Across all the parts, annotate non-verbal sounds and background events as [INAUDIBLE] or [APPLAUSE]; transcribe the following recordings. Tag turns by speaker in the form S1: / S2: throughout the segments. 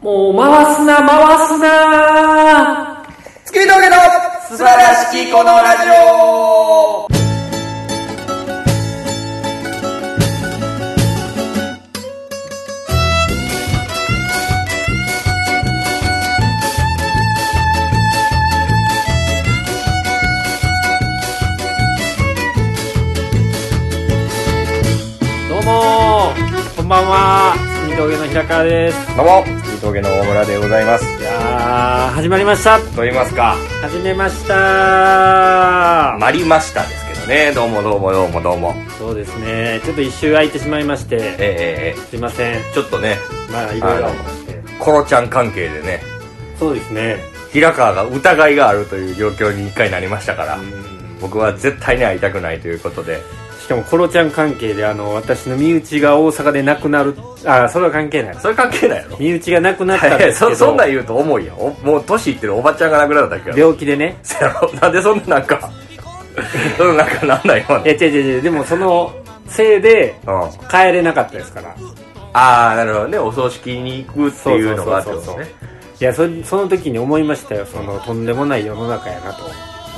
S1: もう回すな回すな
S2: 月見峠の素晴らしきこのラジオ
S1: どうもこんばんは月見峠の平川です
S2: どうも月見峠の大村でございます
S1: いやー始まりました
S2: と言いますか
S1: 始めました
S2: まりましたですけどねどうもどうもどうもどうも
S1: そうですねちょっと一周空いてしまいまして
S2: えええ
S1: すいません
S2: えちょっとね
S1: まあいろいろありまして
S2: コロちゃん関係でね
S1: そうですね
S2: 平川が疑いがあるという状況に一回なりましたから
S1: うん
S2: 僕は絶対に会いたくないということで
S1: しかもコロちゃん関係であの私の身内が大阪で亡くなるあそれは関係ない
S2: それ関係ないや [LAUGHS] ろ
S1: 身内が亡くなったんですけ
S2: [LAUGHS] そ
S1: ど
S2: そんなん言うと重いやんおもう年いってるおばちゃんが亡くなっただけやろ
S1: 病気でね
S2: そやろ [LAUGHS] なんでそんななんかそんななんかなんだ今の
S1: いや違う違う違うでもそのせいで
S2: うん
S1: 帰れなかったですから
S2: ああなるほどねお葬式に行くっていうのがあってことね
S1: いやそその時に思いましたよそのとんでもない世の中やなと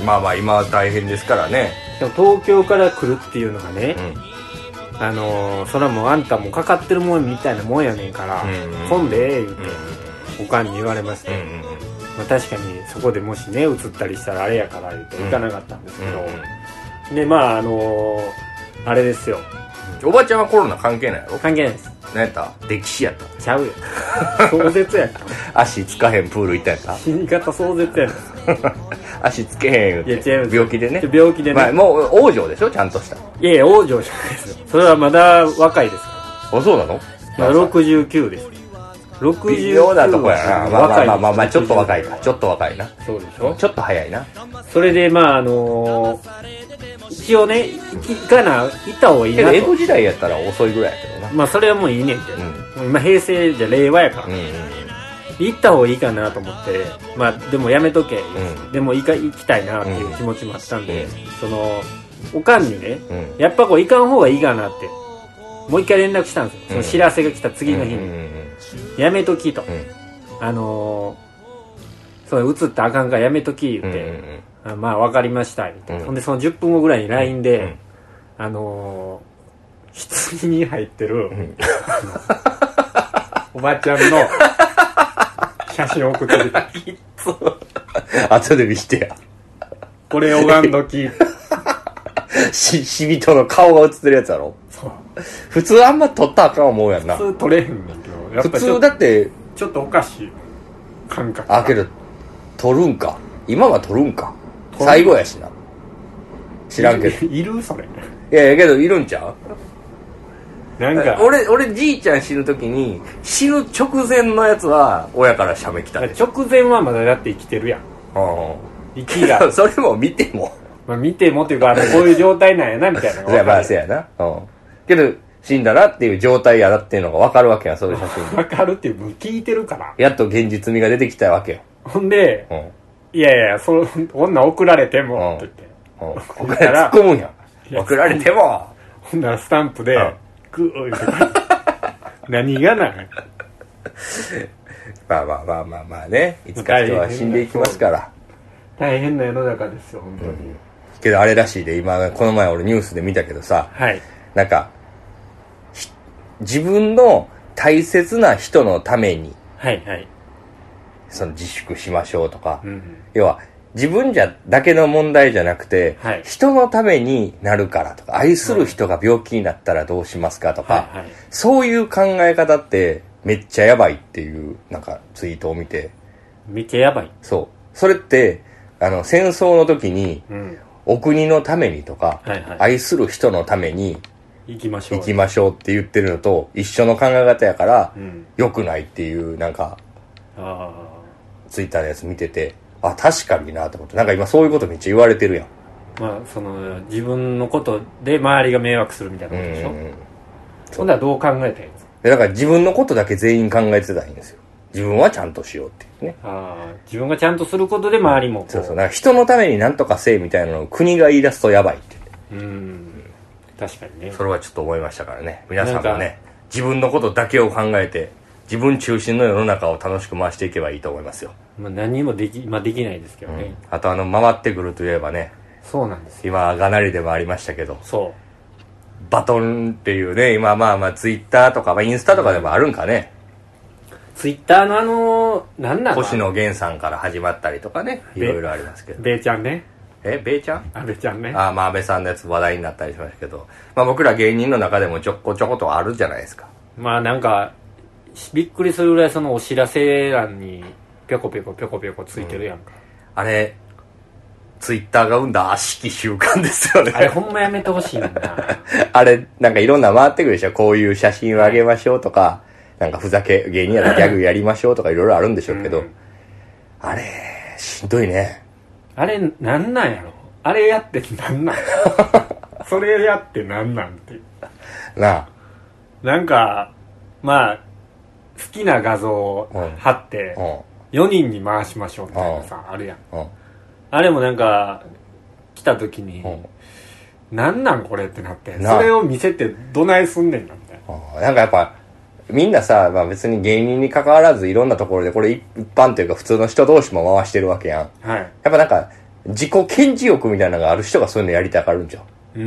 S2: まあまあ今は大変ですからね
S1: でも東京から来るっていうのがね
S2: う、ん
S1: あのーそれはもうあんたもかかってるもんみたいなもんやねんから、
S2: うんうん
S1: 混んでええ言うて
S2: うん、
S1: おかんに言われました、
S2: うんうん
S1: まあ、確かにそこでもしね移ったりしたらあれやから言って行かなかったんですけど、でまああのーあれですよ
S2: うんおばちゃんはコロナ関係ないやろ
S1: 関係ないです
S2: 何やった歴史やった
S1: ちゃ
S2: [LAUGHS]
S1: うよ壮絶やんか
S2: 足つかへんプール行ったやった [LAUGHS]
S1: 死に方壮絶やん
S2: 足つけへん言う
S1: いや違うん
S2: て
S1: です
S2: 病気でね
S1: 病気でね、
S2: まあ、もう王女でしょちゃんとした
S1: いやいや、王女じゃないですよ。それはまだ若いですか
S2: あそうなの
S1: ら。まだ69です。69
S2: 微妙なとこやなまあまあまあまあ、まあ、ちょっと若い
S1: か
S2: かちょっと若いな
S1: そうでし
S2: ちょ
S1: ょ
S2: っと早いな
S1: それで、まああのー一応ね、行かな、行った方がいい
S2: け
S1: な
S2: ど江
S1: と
S2: 戸。時代やったら遅いぐらいやけどな
S1: まあそれはもういいねんけど。もう今平成じゃ令和やから、
S2: うんうん
S1: 行った方がいいかなと思って、まあでもやめとけ、
S2: ん
S1: でも行か行きたいなっていう気持ちもあったんで、
S2: うん
S1: その、おかんにね、
S2: うんうん
S1: やっぱこう行かん方がいいかなって、もう一回連絡したんですよ。その知らせが来た次の日に。
S2: うんうんうん
S1: やめときと、
S2: うん
S1: あのー、そう映ったらあかんからやめとき言
S2: うん
S1: っ
S2: うんう
S1: て、
S2: ん
S1: あまあわかりましたみたいな、
S2: うん
S1: ほんでその10分後ぐらいに LINE で、
S2: うん
S1: あのー、棺に入ってる、
S2: ん
S1: あのおばちゃんの写真送ってきた
S2: [LAUGHS] 後で見してや。
S1: これ拝んどき
S2: し、死人の顔が映ってるやつやろ
S1: そう
S2: 普通あんま撮ったらあかん思うやんな。
S1: 普通撮れへんねんけどやっ
S2: 普
S1: ぱちょ
S2: 通
S1: っと
S2: だって、
S1: ちょっとおかしい感覚
S2: あ、けど、撮るんか。今は撮るんか。
S1: 撮る
S2: 最後やしな。知らんけど。
S1: いるそれ
S2: いやいやけど、いるんちゃう
S1: なんか
S2: 俺、俺、じいちゃん死ぬ時に、死ぬ直前のやつは、親から写メ来たでし
S1: 直前はまだだって生きてるやん
S2: ょ。
S1: 息が
S2: うん。 [LAUGHS] それも見ても。
S1: まあ、見てもというか、あのこういう状態なんやな、みたいなのが
S2: [LAUGHS] いや、
S1: 分
S2: ま
S1: か
S2: あ、せ
S1: る。
S2: やな。うん。けど、死んだなっていう状態やなっていうのがわかるわけやん、そういう写真。
S1: 分かるっていうの聞いてるから。
S2: やっと現実味が出てきたわけよ。
S1: ほんで、
S2: うん。
S1: いやいや、その、女送られても、って
S2: う
S1: 言
S2: ん
S1: って。
S2: [LAUGHS] 送られ突っ込むんや送られても
S1: ほんならスタンプで
S2: うん、
S1: グー言
S2: [LAUGHS]
S1: うてくる何がなん
S2: まあまあまあまあまあねいつか人は死んでいきますから
S1: 大変な世の中ですよ、本当に。
S2: けどあれらしいで今この前俺ニュースで見たけどさ
S1: はい。
S2: なんかひ自分の大切な人のために
S1: はい、はい。
S2: その自粛しましょうとか、
S1: うん。
S2: 要は自分じゃだけの問題じゃなくて、
S1: はい
S2: 人のためになるからとか愛する人が病気になったらどうしますかとか、
S1: はい、はい。
S2: そういう考え方ってめっちゃやばいっていうなんかツイートを見て
S1: めっちゃやばい。
S2: そう。それって、あの、戦争の時に、
S1: うん。
S2: お国のためにとか、
S1: はいはい
S2: 愛する人のために
S1: 行きましょう。
S2: 行きましょうって言ってるのと一緒の考え方やから、
S1: うん。
S2: 良くないっていう、なんか、
S1: あ
S2: ツイッターのやつ見てて、あ、確かになと思って、なんか今そういうことめっちゃ言われてるやん。
S1: あ。まあ、その、自分のことで周りが迷惑するみたいな
S2: う
S1: こ
S2: ん
S1: とでし
S2: う
S1: ょ。
S2: んうん。
S1: ほんならどう考えたらいいんですか
S2: で、だから自分のことだけ全員考えてたらいいんですよ。自分はちゃんとしようっていうね。
S1: ああ、自分がちゃんとすることで周りもこう。
S2: そうそう。なんか人のためになんとかせえみたいなのを国が言い出すとやばいって。
S1: うん確かにね
S2: それはちょっと思いましたからね皆さんもね自分のことだけを考えて自分中心の世の中を楽しく回していけばいいと思いますよ、
S1: まあ、何もでき、まあ、できないですけどね、
S2: あとあの回ってくるといえばね
S1: そうなんですよ
S2: 今がなりでもありましたけど
S1: そ
S2: バトンっていうね今まあまあツイッターとか、まあ、インスタとかでもあるんかね、
S1: うツイッターのあのなんなの
S2: 星野源さんから始まったりとかねいろいろありますけど
S1: べーちゃんね
S2: えべいちゃん
S1: 安倍ちゃんね
S2: あーまあ安倍さんのやつ話題になったりしましたけど、まあ、僕ら芸人の中でもちょこちょことあるじゃないですか
S1: まあなんかしびっくりするぐらいそのお知らせ欄にぴょこぴょこぴょこぴょこついてるやんか、
S2: あれツイッターが生んだ悪しき習慣ですよね
S1: あれほんまやめてほしいねんな
S2: [LAUGHS] あれ、なんかいろんな回ってくるでしょこういう写真をあげましょうとか、なんかふざけ、芸人やらギャグやりましょうとかいろいろあるんでしょうけど、あれ、しんどいね。
S1: [LAUGHS] あれなんなんやろあれやってなんなん [LAUGHS] それやってなんなんって
S2: な
S1: なんかまあ好きな画像を貼って
S2: あ。
S1: 4人に回しましょうみたいなさあるやん
S2: うん。うん。
S1: あれもなんか来た時に
S2: うん
S1: なんなんこれってなって
S2: なあ
S1: それを見せてどないすんねんなみたいな
S2: うんなんかやっぱ、みんなさ、まあ別に芸人に関わらずいろんなところで、これ一一般というか普通の人同士も回してるわけやん。やっ
S1: はい
S2: ぱなんか、自己顕示欲みたいなのがある人がそういうのやりたがるんじゃん。
S1: うー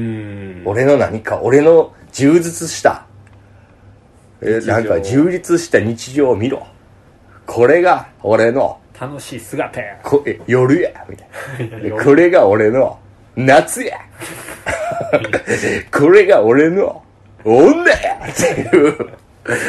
S1: ん
S2: 俺の何か俺の充実したえ
S1: 日常
S2: なんか充実した日常を見ろこれが俺の
S1: 楽しい姿や
S2: こえ夜やみたい
S1: [LAUGHS]
S2: なで
S1: よ
S2: これが俺の
S1: [LAUGHS]
S2: 夏やこれが俺の女やっていう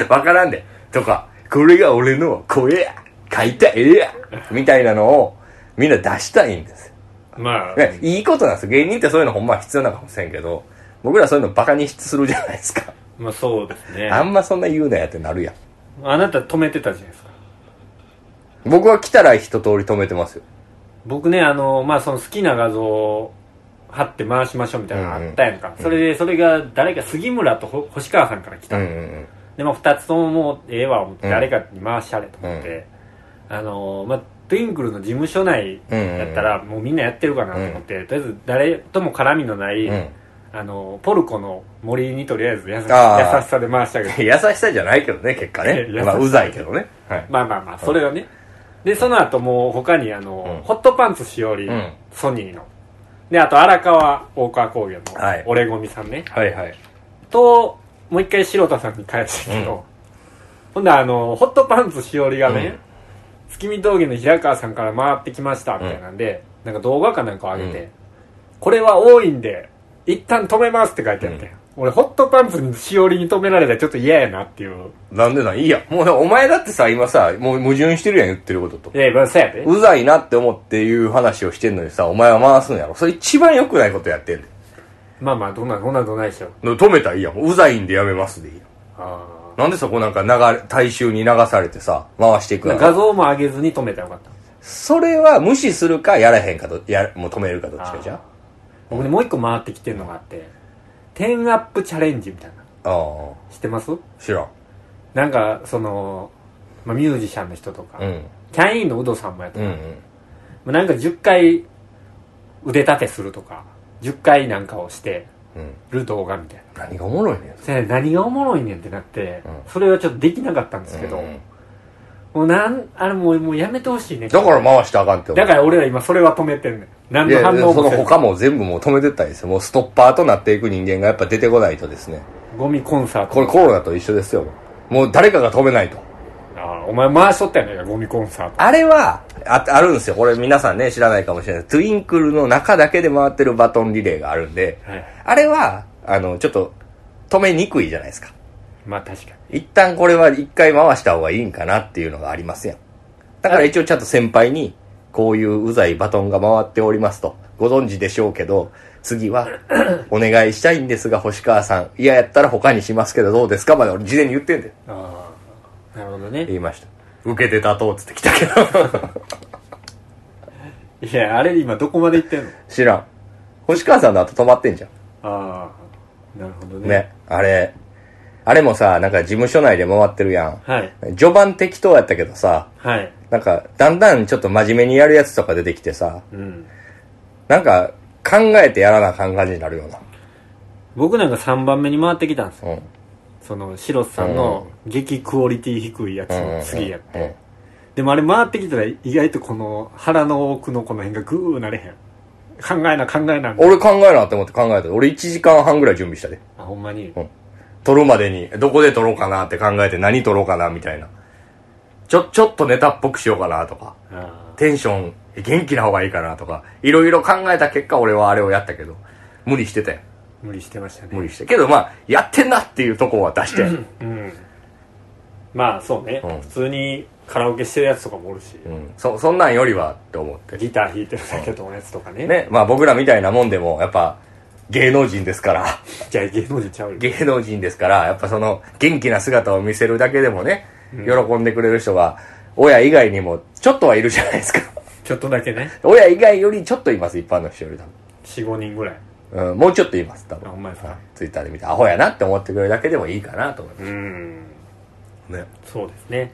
S2: わからんでとかこれが俺の声や書いた絵やみたいなのをみんな出したいんですよ
S1: まあ
S2: ねいいことなんですよ芸人ってそういうのほんまは必要なのかもしれんけど僕らそういうのバカにするじゃないですか
S1: まあそうですね
S2: あんまそんな言うなやってなるやん
S1: あなた止めてたじゃないですか
S2: 僕は来たら一通り止めてますよ
S1: 僕ねあのまあその好きな画像を貼って回しましょうみたいなのあったやんか、それでそれが誰か杉村とほ星川さんから来た、
S2: うんうん
S1: でまあ2つとももうええわ思って
S2: うん
S1: 誰かに回しゃれと思って、あのまあトゥインクルの事務所内やったらもうみんなやってるかなと思って、とりあえず誰とも絡みのない、
S2: うん、うん、
S1: あのポルコの森にとりあえず優し優し
S2: あー
S1: さで回
S2: [LAUGHS]
S1: してあげて
S2: 優しさじゃないけどね結果ね
S1: 優しさ
S2: まあうざいけどねはい
S1: まあまあまあそれはね、でその後もう他にあの、
S2: うん
S1: ホットパンツしおり、
S2: うん
S1: ソニーのであと荒川大川工業の
S2: はい
S1: 俺ゴミさんね、
S2: はいはい
S1: ともう一回白田さんに返してけど、ほんであのホットパンツしおりがね、月見峠の平川さんから回ってきましたみたいなんで、なんか動画かなんかを上げて、
S2: うん
S1: これは多いんで一旦止めますって書いてあったよ、俺ホットパンツにしおりに止められたらちょっと嫌やなっていう
S2: なんでなんいいやもうお前だってさ今さもう矛盾してるやん言ってることと
S1: いやまあそうやで
S2: うざいなって思っていう話をしてんのにさお前は回すんやろそれ一番良くないことやってんね
S1: まあまあどんなんどんなんどんないでしょ
S2: ん止めたらいいやんうざいんでやめますでいいやん
S1: ああ
S2: なんでそこなんか流れ大衆に流されてさ回していくの
S1: 画像も上げずに止めたらよかった
S2: それは無視するかやらへんかとやもう止めるかどっちかじゃん
S1: 僕ねもう一個回ってきてるのがあってテンアップチャレンジみたいな
S2: ああ
S1: 知ってます
S2: 知らん
S1: なんかその、まあ、ミュージシャンの人とか、
S2: うん
S1: キャインのウドさんもやって
S2: うん
S1: る、
S2: うん
S1: まあなんか10回腕立てするとか10回なんかをして
S2: うん
S1: る動画みたいな
S2: 何がおもろいねん
S1: それ何がおもろいねんってなって、
S2: うん
S1: それはちょっとできなかったんですけど、
S2: うん
S1: もうなんあれもうもうやめてほしいね
S2: だから回してあかんって思
S1: だ
S2: う
S1: から俺ら今それは止めてんねん何
S2: い
S1: の
S2: やいや
S1: 反応
S2: そ
S1: も
S2: の
S1: せず
S2: 他も全部もう止めてったんですよもうストッパーとなっていく人間がやっぱ出てこないとですね
S1: ゴミコンサート
S2: これコロナと一緒ですよもう誰かが止めないと
S1: ああお前回しとったやないかゴミコンサート
S2: あれはああるんですよこれ皆さんね知らないかもしれないトゥインクルの中だけで回ってるバトンリレーがあるんで、
S1: はい
S2: あれは、あの、ちょっと、止めにくいじゃないですか。
S1: まあ確か
S2: 一旦これは一回回した方がいいんかなっていうのがありますやん。だから一応ちゃんと先輩に、こういううざいバトンが回っておりますと、ご存知でしょうけど、次は、お願いしたいんですが、星川さん。嫌やったら他にしますけど、どうですかまで俺事前に言ってんだよ。
S1: にああなるほどね
S2: 言いました。受けて立とうっつってきたけど。 [LAUGHS]
S1: いやあれ今どこまで行ってんの
S2: 知らん。星川さんの後止まってんじゃん。
S1: ああなるほどね
S2: ね。あれ、あれもさ、なんか事務所内で回ってるやん。
S1: はい
S2: 序盤適当やったけどさ、
S1: はい
S2: なんか、だんだんちょっと真面目にやるやつとか出てきてさ、
S1: うん
S2: なんか、考えてやらなあかん感じになるような。
S1: 僕なんか3番目に回ってきたんですよ
S2: うん。
S1: その白さんの激クオリティ低いやつの次やって、
S2: うんうんうん
S1: でもあれ回ってきたら意外とこの腹の奥のこの辺がグーなれへん考えな考えな
S2: 俺考えなって思って考えた俺1時間半ぐらい準備したで
S1: あほんまに、
S2: 撮るまでにどこで撮ろうかなって考えて何撮ろうかなみたいなちょちょっとネタっぽくしようかなとか
S1: あ
S2: テンションえ元気な方がいいかなとかいろいろ考えた結果俺はあれをやったけど無理してたよ
S1: ー無理してましたね
S2: 無理してけどまあやってんなっていうとこは出してうん
S1: うんまあそうね、
S2: うん
S1: 普通にカラオケしてるやつとかもおるし、
S2: そそんなんよりはって思って
S1: ギター弾いてるだけのやつとかね
S2: ねまあ僕らみたいなもんでもやっぱ芸能人ですから
S1: じゃあ芸能人ちゃうよ
S2: 芸能人ですからやっぱその元気な姿を見せるだけでもね、喜んでくれる人が親以外にもちょっとはいるじゃないですか [LAUGHS]
S1: ちょっとだけね
S2: 親以外よりちょっといます一般の人より多
S1: 45人ぐらい
S2: 分、うん、もうちょっといます多
S1: あ
S2: 分
S1: ほんまですか
S2: ツイッターで見てアホやなって思ってくれるだけでもいいかなと思いま
S1: うん
S2: すね
S1: そうですね、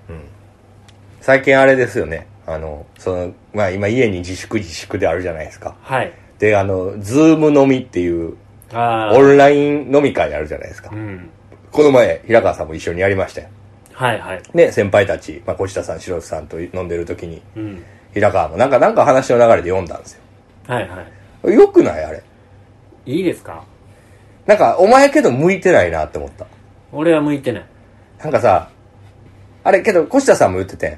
S2: 最近あれですよねあのそのまあ今家に自粛自粛であるじゃないですか
S1: はい
S2: であのズーム飲みっていう
S1: あ
S2: オンライン飲み会あるじゃないですか
S1: あうん
S2: この前平川さんも一緒にやりましたよ
S1: はいはい
S2: ね、先輩たち、まあ、越田さん、白瀬さんと飲んでる時に、
S1: うん
S2: 平川も、なんか、なんか話の流れで読んだんです
S1: はいはい
S2: よ。よくないあれ。
S1: いいですか
S2: なんか、お前けど向いてないなって思った。
S1: 俺は向いてない
S2: なんかさ、あれけど、越田さんも言っててん、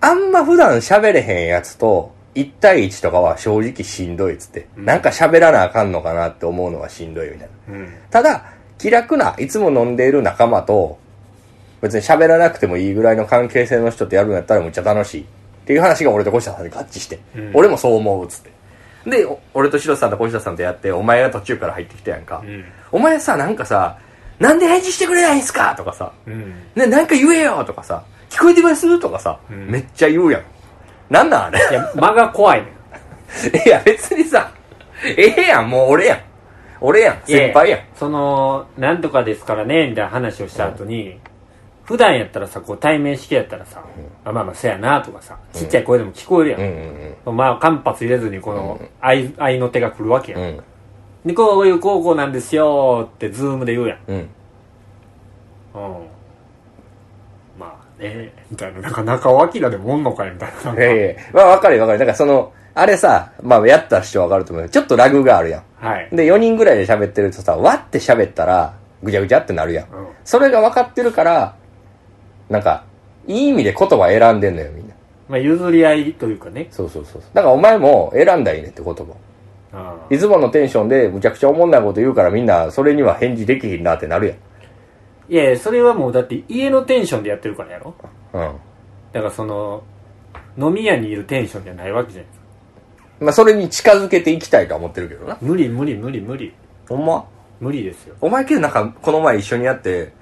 S2: あんま普段喋れへんやつと、1対1とかは正直しんどいっつって、なんか喋らなあかんのかなって思うのはしんどいみたいな。
S1: うん
S2: ただ、気楽な、いつも飲んでいる仲間と、別に喋らなくてもいいぐらいの関係性の人とやるんやったらむっちゃ楽しい。っていう話が俺と越田さんで合致して、
S1: うん
S2: 俺もそう思うっつって。で、お俺と白瀬さんと越田さんとやって、お前が途中から入ってきたやんか。
S1: うん
S2: お前さ、なんかさ、なんで返事してくれないんすかとかさ、
S1: うん
S2: ね、なんか言えよとかさ、聞こえてますとかさ、
S1: ん
S2: めっちゃ言うやん。なんなんあれ [LAUGHS]
S1: いや間が怖いね
S2: いや、別にさ、ええやん、もう俺やん。俺やん、 [LAUGHS] 先輩やん。
S1: そのなんとかですからねみたいな話をした後に、普段やったらさこう対面式やったらさ、あまあまあせやなとかさちっちゃい声でも聞こえるやん、
S2: うんうんうん。
S1: まあ間髪入れずにこの愛,、愛の手が来るわけやん、
S2: うん
S1: でこういうこうこうなんですよってズームで言うやん
S2: うん
S1: うんまあねみたいななんか中尾明でもおんのかいみたいななん
S2: い
S1: か
S2: やいやまあ分かるよ分かる。だからその、あれさ、まあやった人は分かると思うけど、ちょっとラグがあるや
S1: はい
S2: ん。で、4人ぐらいで喋ってるとさ、わって喋ったら、ぐちゃぐちゃってなるやん。
S1: うん
S2: それが分かってるから、なんか、いい意味で言葉選んでんのよ、みんな。
S1: まあ譲り合いというかね
S2: そうそうそうそう。だからお前も選んだらいいねって言葉。
S1: うん
S2: いつものテンションでむちゃくちゃおもんないこと言うからみんなそれには返事できひんなってなるやん。
S1: いやいやそれはもうだって家のテンションでやってるからやろ
S2: うん。
S1: だからその飲み屋にいるテンションじゃないわけじゃないですか
S2: まあそれに近づけていきたいとは思ってるけどな。
S1: 無理無理無理無理
S2: ほんま
S1: 無理ですよ
S2: お前けどなんか、この前一緒にやって、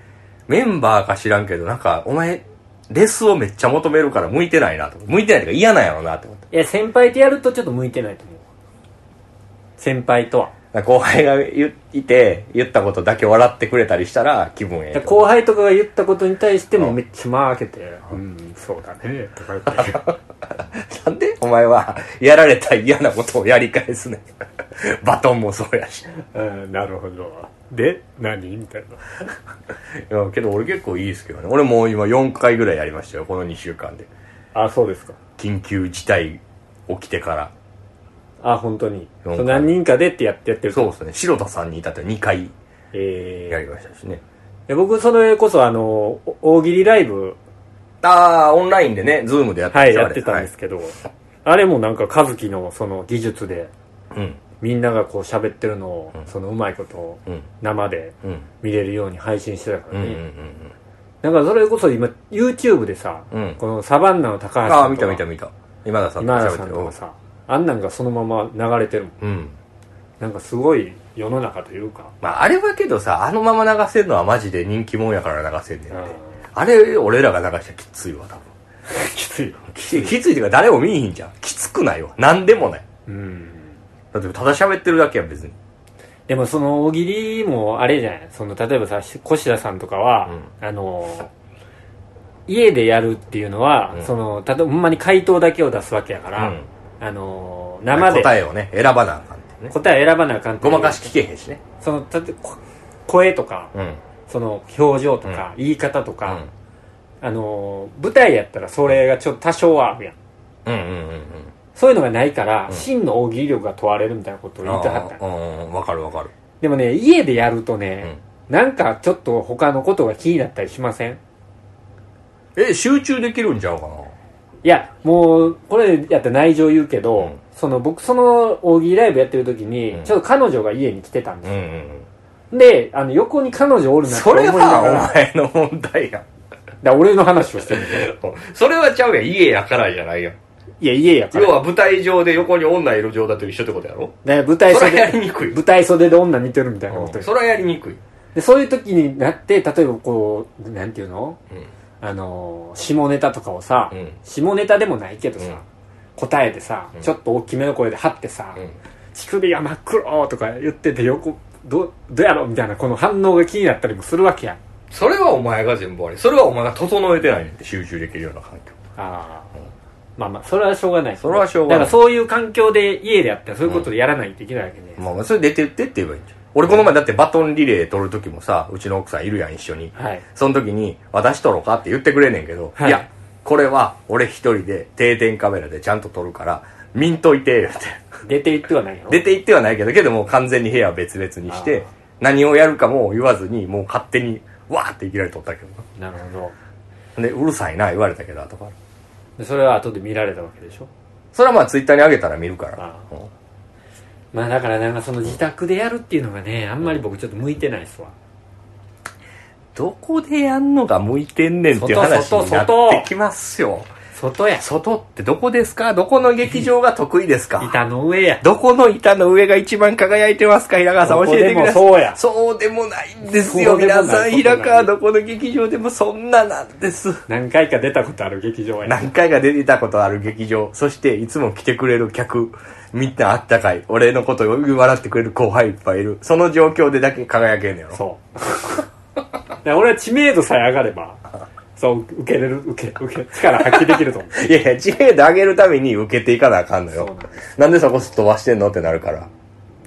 S2: メンバーか知らんけど、なんか、お前、レスをめっちゃ求めるから向いてないなと。向いてないとか嫌なんやろなって思って。
S1: いや先輩とやるとちょっと向いてないと思う先輩とは
S2: なんか後輩が言いて、言ったことだけ笑ってくれたりしたら気分え
S1: で
S2: えと思
S1: 後輩とかが言ったことに対してもめっちゃ間開けて「うんそうだね」とか言って
S2: う。なんでお前は、やられた嫌なことをやり返すねん。 [LAUGHS] バトンもそうやし。
S1: [LAUGHS] うんなるほどで何みたいない
S2: や、けど俺結構いいですけどね。俺もう今4回ぐらいやりましたよ、この2週間で。
S1: あそうですか
S2: 緊急事態起きてから。
S1: あ本当に
S2: 四回
S1: そう何人かでってやってやってる
S2: そうですね。白田さんに至っては2回
S1: え
S2: やりましたしね。
S1: ーで僕それこそあのお大喜利ライブ
S2: ああ、オンラインでね、ズームでやって
S1: はい、やってたんです
S2: け
S1: けど、あれもなんか和樹のその技術で
S2: ど。はい
S1: みんながこう喋ってるのを、そのうまいことを
S2: うん。うん。
S1: 生で
S2: うん。
S1: 見れるように配信してたか
S2: う
S1: ら
S2: ん。うん
S1: ね、
S2: うん。
S1: だからそれこそ今 YouTube でさ、
S2: うん
S1: このサバンナの高橋
S2: あ
S1: さ
S2: あ、
S1: ん
S2: 見
S1: と
S2: た
S1: か
S2: 見た見た。今田さんと
S1: 今田
S2: 喋
S1: さ
S2: っ
S1: ん
S2: て
S1: とか
S2: る。
S1: さあんなんがそのまま流れてるもん
S2: うん。
S1: なんかすごい世の中というか、
S2: まあ、あれはけどさ、あのまま流せるのはマジで人気もんやから流せんねん
S1: うん
S2: て。あれ、俺らが流したらきついわ、多分。
S1: [LAUGHS] きついよ
S2: きついきついっていうか、誰も見いひんじゃん。きつくないわ。なんでもない。
S1: うん
S2: だって、ただ喋ってるだけやん、別に。
S1: でもその大喜利もあれじゃないその例えばさし越田さんとかは、あの家でやるっていうのは、そのたとほんまに回答だけを出すわけやから、
S2: うん
S1: あの生で
S2: 答えをね、選ばなあかんってね。
S1: 答え選ばなあかんってい
S2: ご
S1: う
S2: まかし聞けへんしね。
S1: そのたとこ声とか、
S2: うん。
S1: その表情とか言い方とか、あのー舞台やったらそれがちょっと多少はあるやん
S2: うんうんうんうん
S1: そういうのがないから、真の大喜利力が問われるみたいなことを言ってはった
S2: あーうんわかるわかる
S1: でもね家でやるとね、なんかちょっと他のことが気になったりしません
S2: え集中できるんちゃうかない
S1: やもうこれやったら内情言うけど、
S2: うん
S1: その僕その大喜利ライブやってる時に、
S2: うん
S1: ちょっと彼女が家に来てたん
S2: う
S1: で
S2: ん
S1: す、
S2: うんうん
S1: であの横に彼女おるなって
S2: そ
S1: 思い
S2: れ
S1: ながら
S2: はお前の問題やん [LAUGHS]
S1: だから俺の話をしてる
S2: それはちゃうやん家やからじゃないやん
S1: いや家やから
S2: 要は舞台上で横に女いる状態と一緒ってことやろ
S1: だから舞台
S2: それ
S1: 袖
S2: はやりにくい
S1: 舞台袖で女似てるみたいなことで
S2: それはやりにくい
S1: でそういう時になって例えばこうなんていうのあのー下ネタとかをさ、
S2: うん
S1: 下ネタでもないけどさ、
S2: うん
S1: 答えてさ、ちょっと大きめの声で張ってさ、
S2: うん
S1: 乳首が真っ黒とか言ってて横どうどうやろみたいなこの反応が気になったりもするわけやん
S2: それはお前が全部悪いそれはお前が整えてないねんって集中できるような環境
S1: ああ、まあまあそれはしょうがない
S2: それはしょうがな
S1: だ
S2: い
S1: からそういう環境で家でやったらそういうことでやらないといけないわけね、
S2: まあそれ出てってって言えばいいんじゃん俺この前だってバトンリレー取る時もさうちの奥さんいるやん一緒に
S1: はい
S2: その時に「私取ろうか?」って言ってくれんねんけど、
S1: はい
S2: い、やこれは俺一人で定点カメラでちゃんと撮るから見んといてよって
S1: 出て行ってはないよ
S2: [LAUGHS] 出て行ってはないけどけどもう完全に部屋は別々にし
S1: あ
S2: て何をやるかも言わずにもう勝手にわーっていきなり撮ったけど
S1: なるほど
S2: でうるさいな言われたけど後から
S1: でそれは後で見られたわけでしょ
S2: それはまあツイッターに上げたら見るから
S1: あ
S2: うん
S1: まあだからなんかその自宅でやるっていうのがねあんまり僕ちょっと向いてないっすわ
S2: どこでやんのが向いてんねんっていう
S1: 外
S2: 話
S1: 外
S2: になってきますよ
S1: 外や
S2: 外ってどこですかどこの劇場が得意ですか
S1: 板の上や
S2: どこの板の上が一番輝いてますか平川さん教えてください
S1: どこでもそうや
S2: そうでもないんですよ
S1: そうでもない
S2: 皆さん平川どこの劇場でもそんななんです
S1: 何回か出たことある劇場や
S2: [LAUGHS] 何回か出てたことある劇場そしていつも来てくれる客みんなあったかい俺のことを笑ってくれる後輩いっぱいいるその状況でだけ輝けんのやろ
S1: そう [LAUGHS] だから俺は知名度さえ上がればそう受けれる受け受け力発揮できると思う
S2: いやいや、知名度上げるために受けていかなあかんの
S1: そう
S2: よ
S1: なんで。
S2: なんでそこすっ飛ばしてんのってなるから。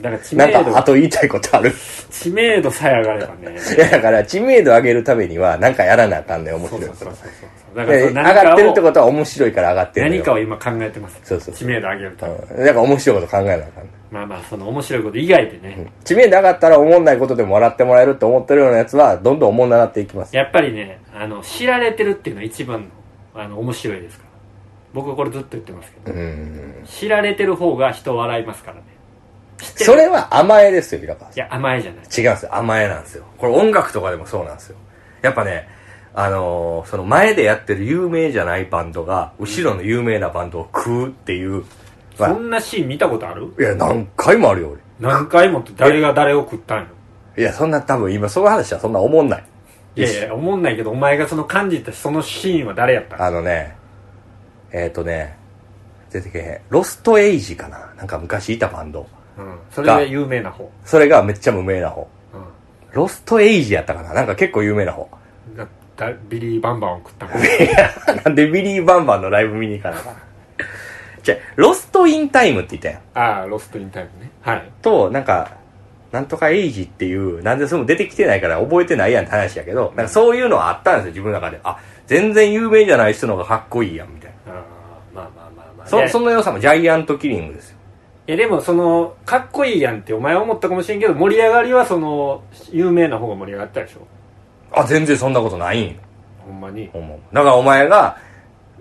S1: だから知
S2: な
S1: 名
S2: ん
S1: 度
S2: か、あと言いたいことある。 [LAUGHS]
S1: 知名度さえ上がればね
S2: いや、だから、知名度上げるためには、なんかやらなあかんのよ、面
S1: そ
S2: 白
S1: う
S2: い
S1: そう
S2: こ
S1: そうそ
S2: と
S1: う。そうだから
S2: で
S1: そ
S2: 上
S1: の何か
S2: が
S1: を
S2: ってるってことは面白いから上がってるのよ。
S1: 何かを今考えてます
S2: そうそうそう
S1: 知名度上げるために
S2: うん。だから面白いこと考えなあかんのよ。
S1: まあまあその面白いこと以外でね、
S2: 知名度上がったら、おもんないことでも笑ってもらえると思ってるようなやつは、どんどんおもんななっていきます。
S1: やっぱりねあの知られてるっていうのは一番のあの面白いですから僕はこれずっと言ってますけど、
S2: うん。
S1: 知られてる方が人を笑いますからね知ってる
S2: それは甘えですよ、平川さん
S1: いや甘えじゃない
S2: 違うんですよ甘えなんですよこれ音楽とかでもそうなんですよやっぱねあのーその前でやってる有名じゃないバンドが後ろの有名なバンドを食うっていう、
S1: そ
S2: まあ
S1: んなシーン見たことある
S2: いや何回もあるよ
S1: 何回もって誰が誰を食ったんよ
S2: 俺いやそんな多分今その話はそんな思んない
S1: いやいや思んないけどお前がその感じたそのシーンは誰やったん
S2: あのねえっ、とね出てけへんロストエイジかななんか昔いたバンド
S1: うん、それが有名な方、
S2: それがめっちゃ無名な方
S1: う
S2: ロストエイジやったかななんか結構有名な方
S1: ん、だだビリー・バンバンを食ったん [LAUGHS]
S2: [LAUGHS] なんでビリー・バンバンのラ [LAUGHS] イブ見に行かなあかんじゃあロスト・イン・タイムって言ったやん
S1: ああロスト・イン・タイムねはい
S2: と、なんか、なんとかエイジっていう、なんでそれも出てきてないから覚えてないやんって話やけど、なんかそういうのはあったんですよ、自分の中で。あ、全然有名じゃない人の方がかっこいいやん、みたいな。
S1: あーまあまあまあまあい
S2: そ
S1: や
S2: その良さもジャイアントキリングですよ。
S1: いやでもそのかっこいいやんってお前は思ったかもしれんけど盛り上がりはその有名な方が盛り上がったでしょ
S2: あ、全然そんなことないん。
S1: ほんまに
S2: ほんまだからお前が、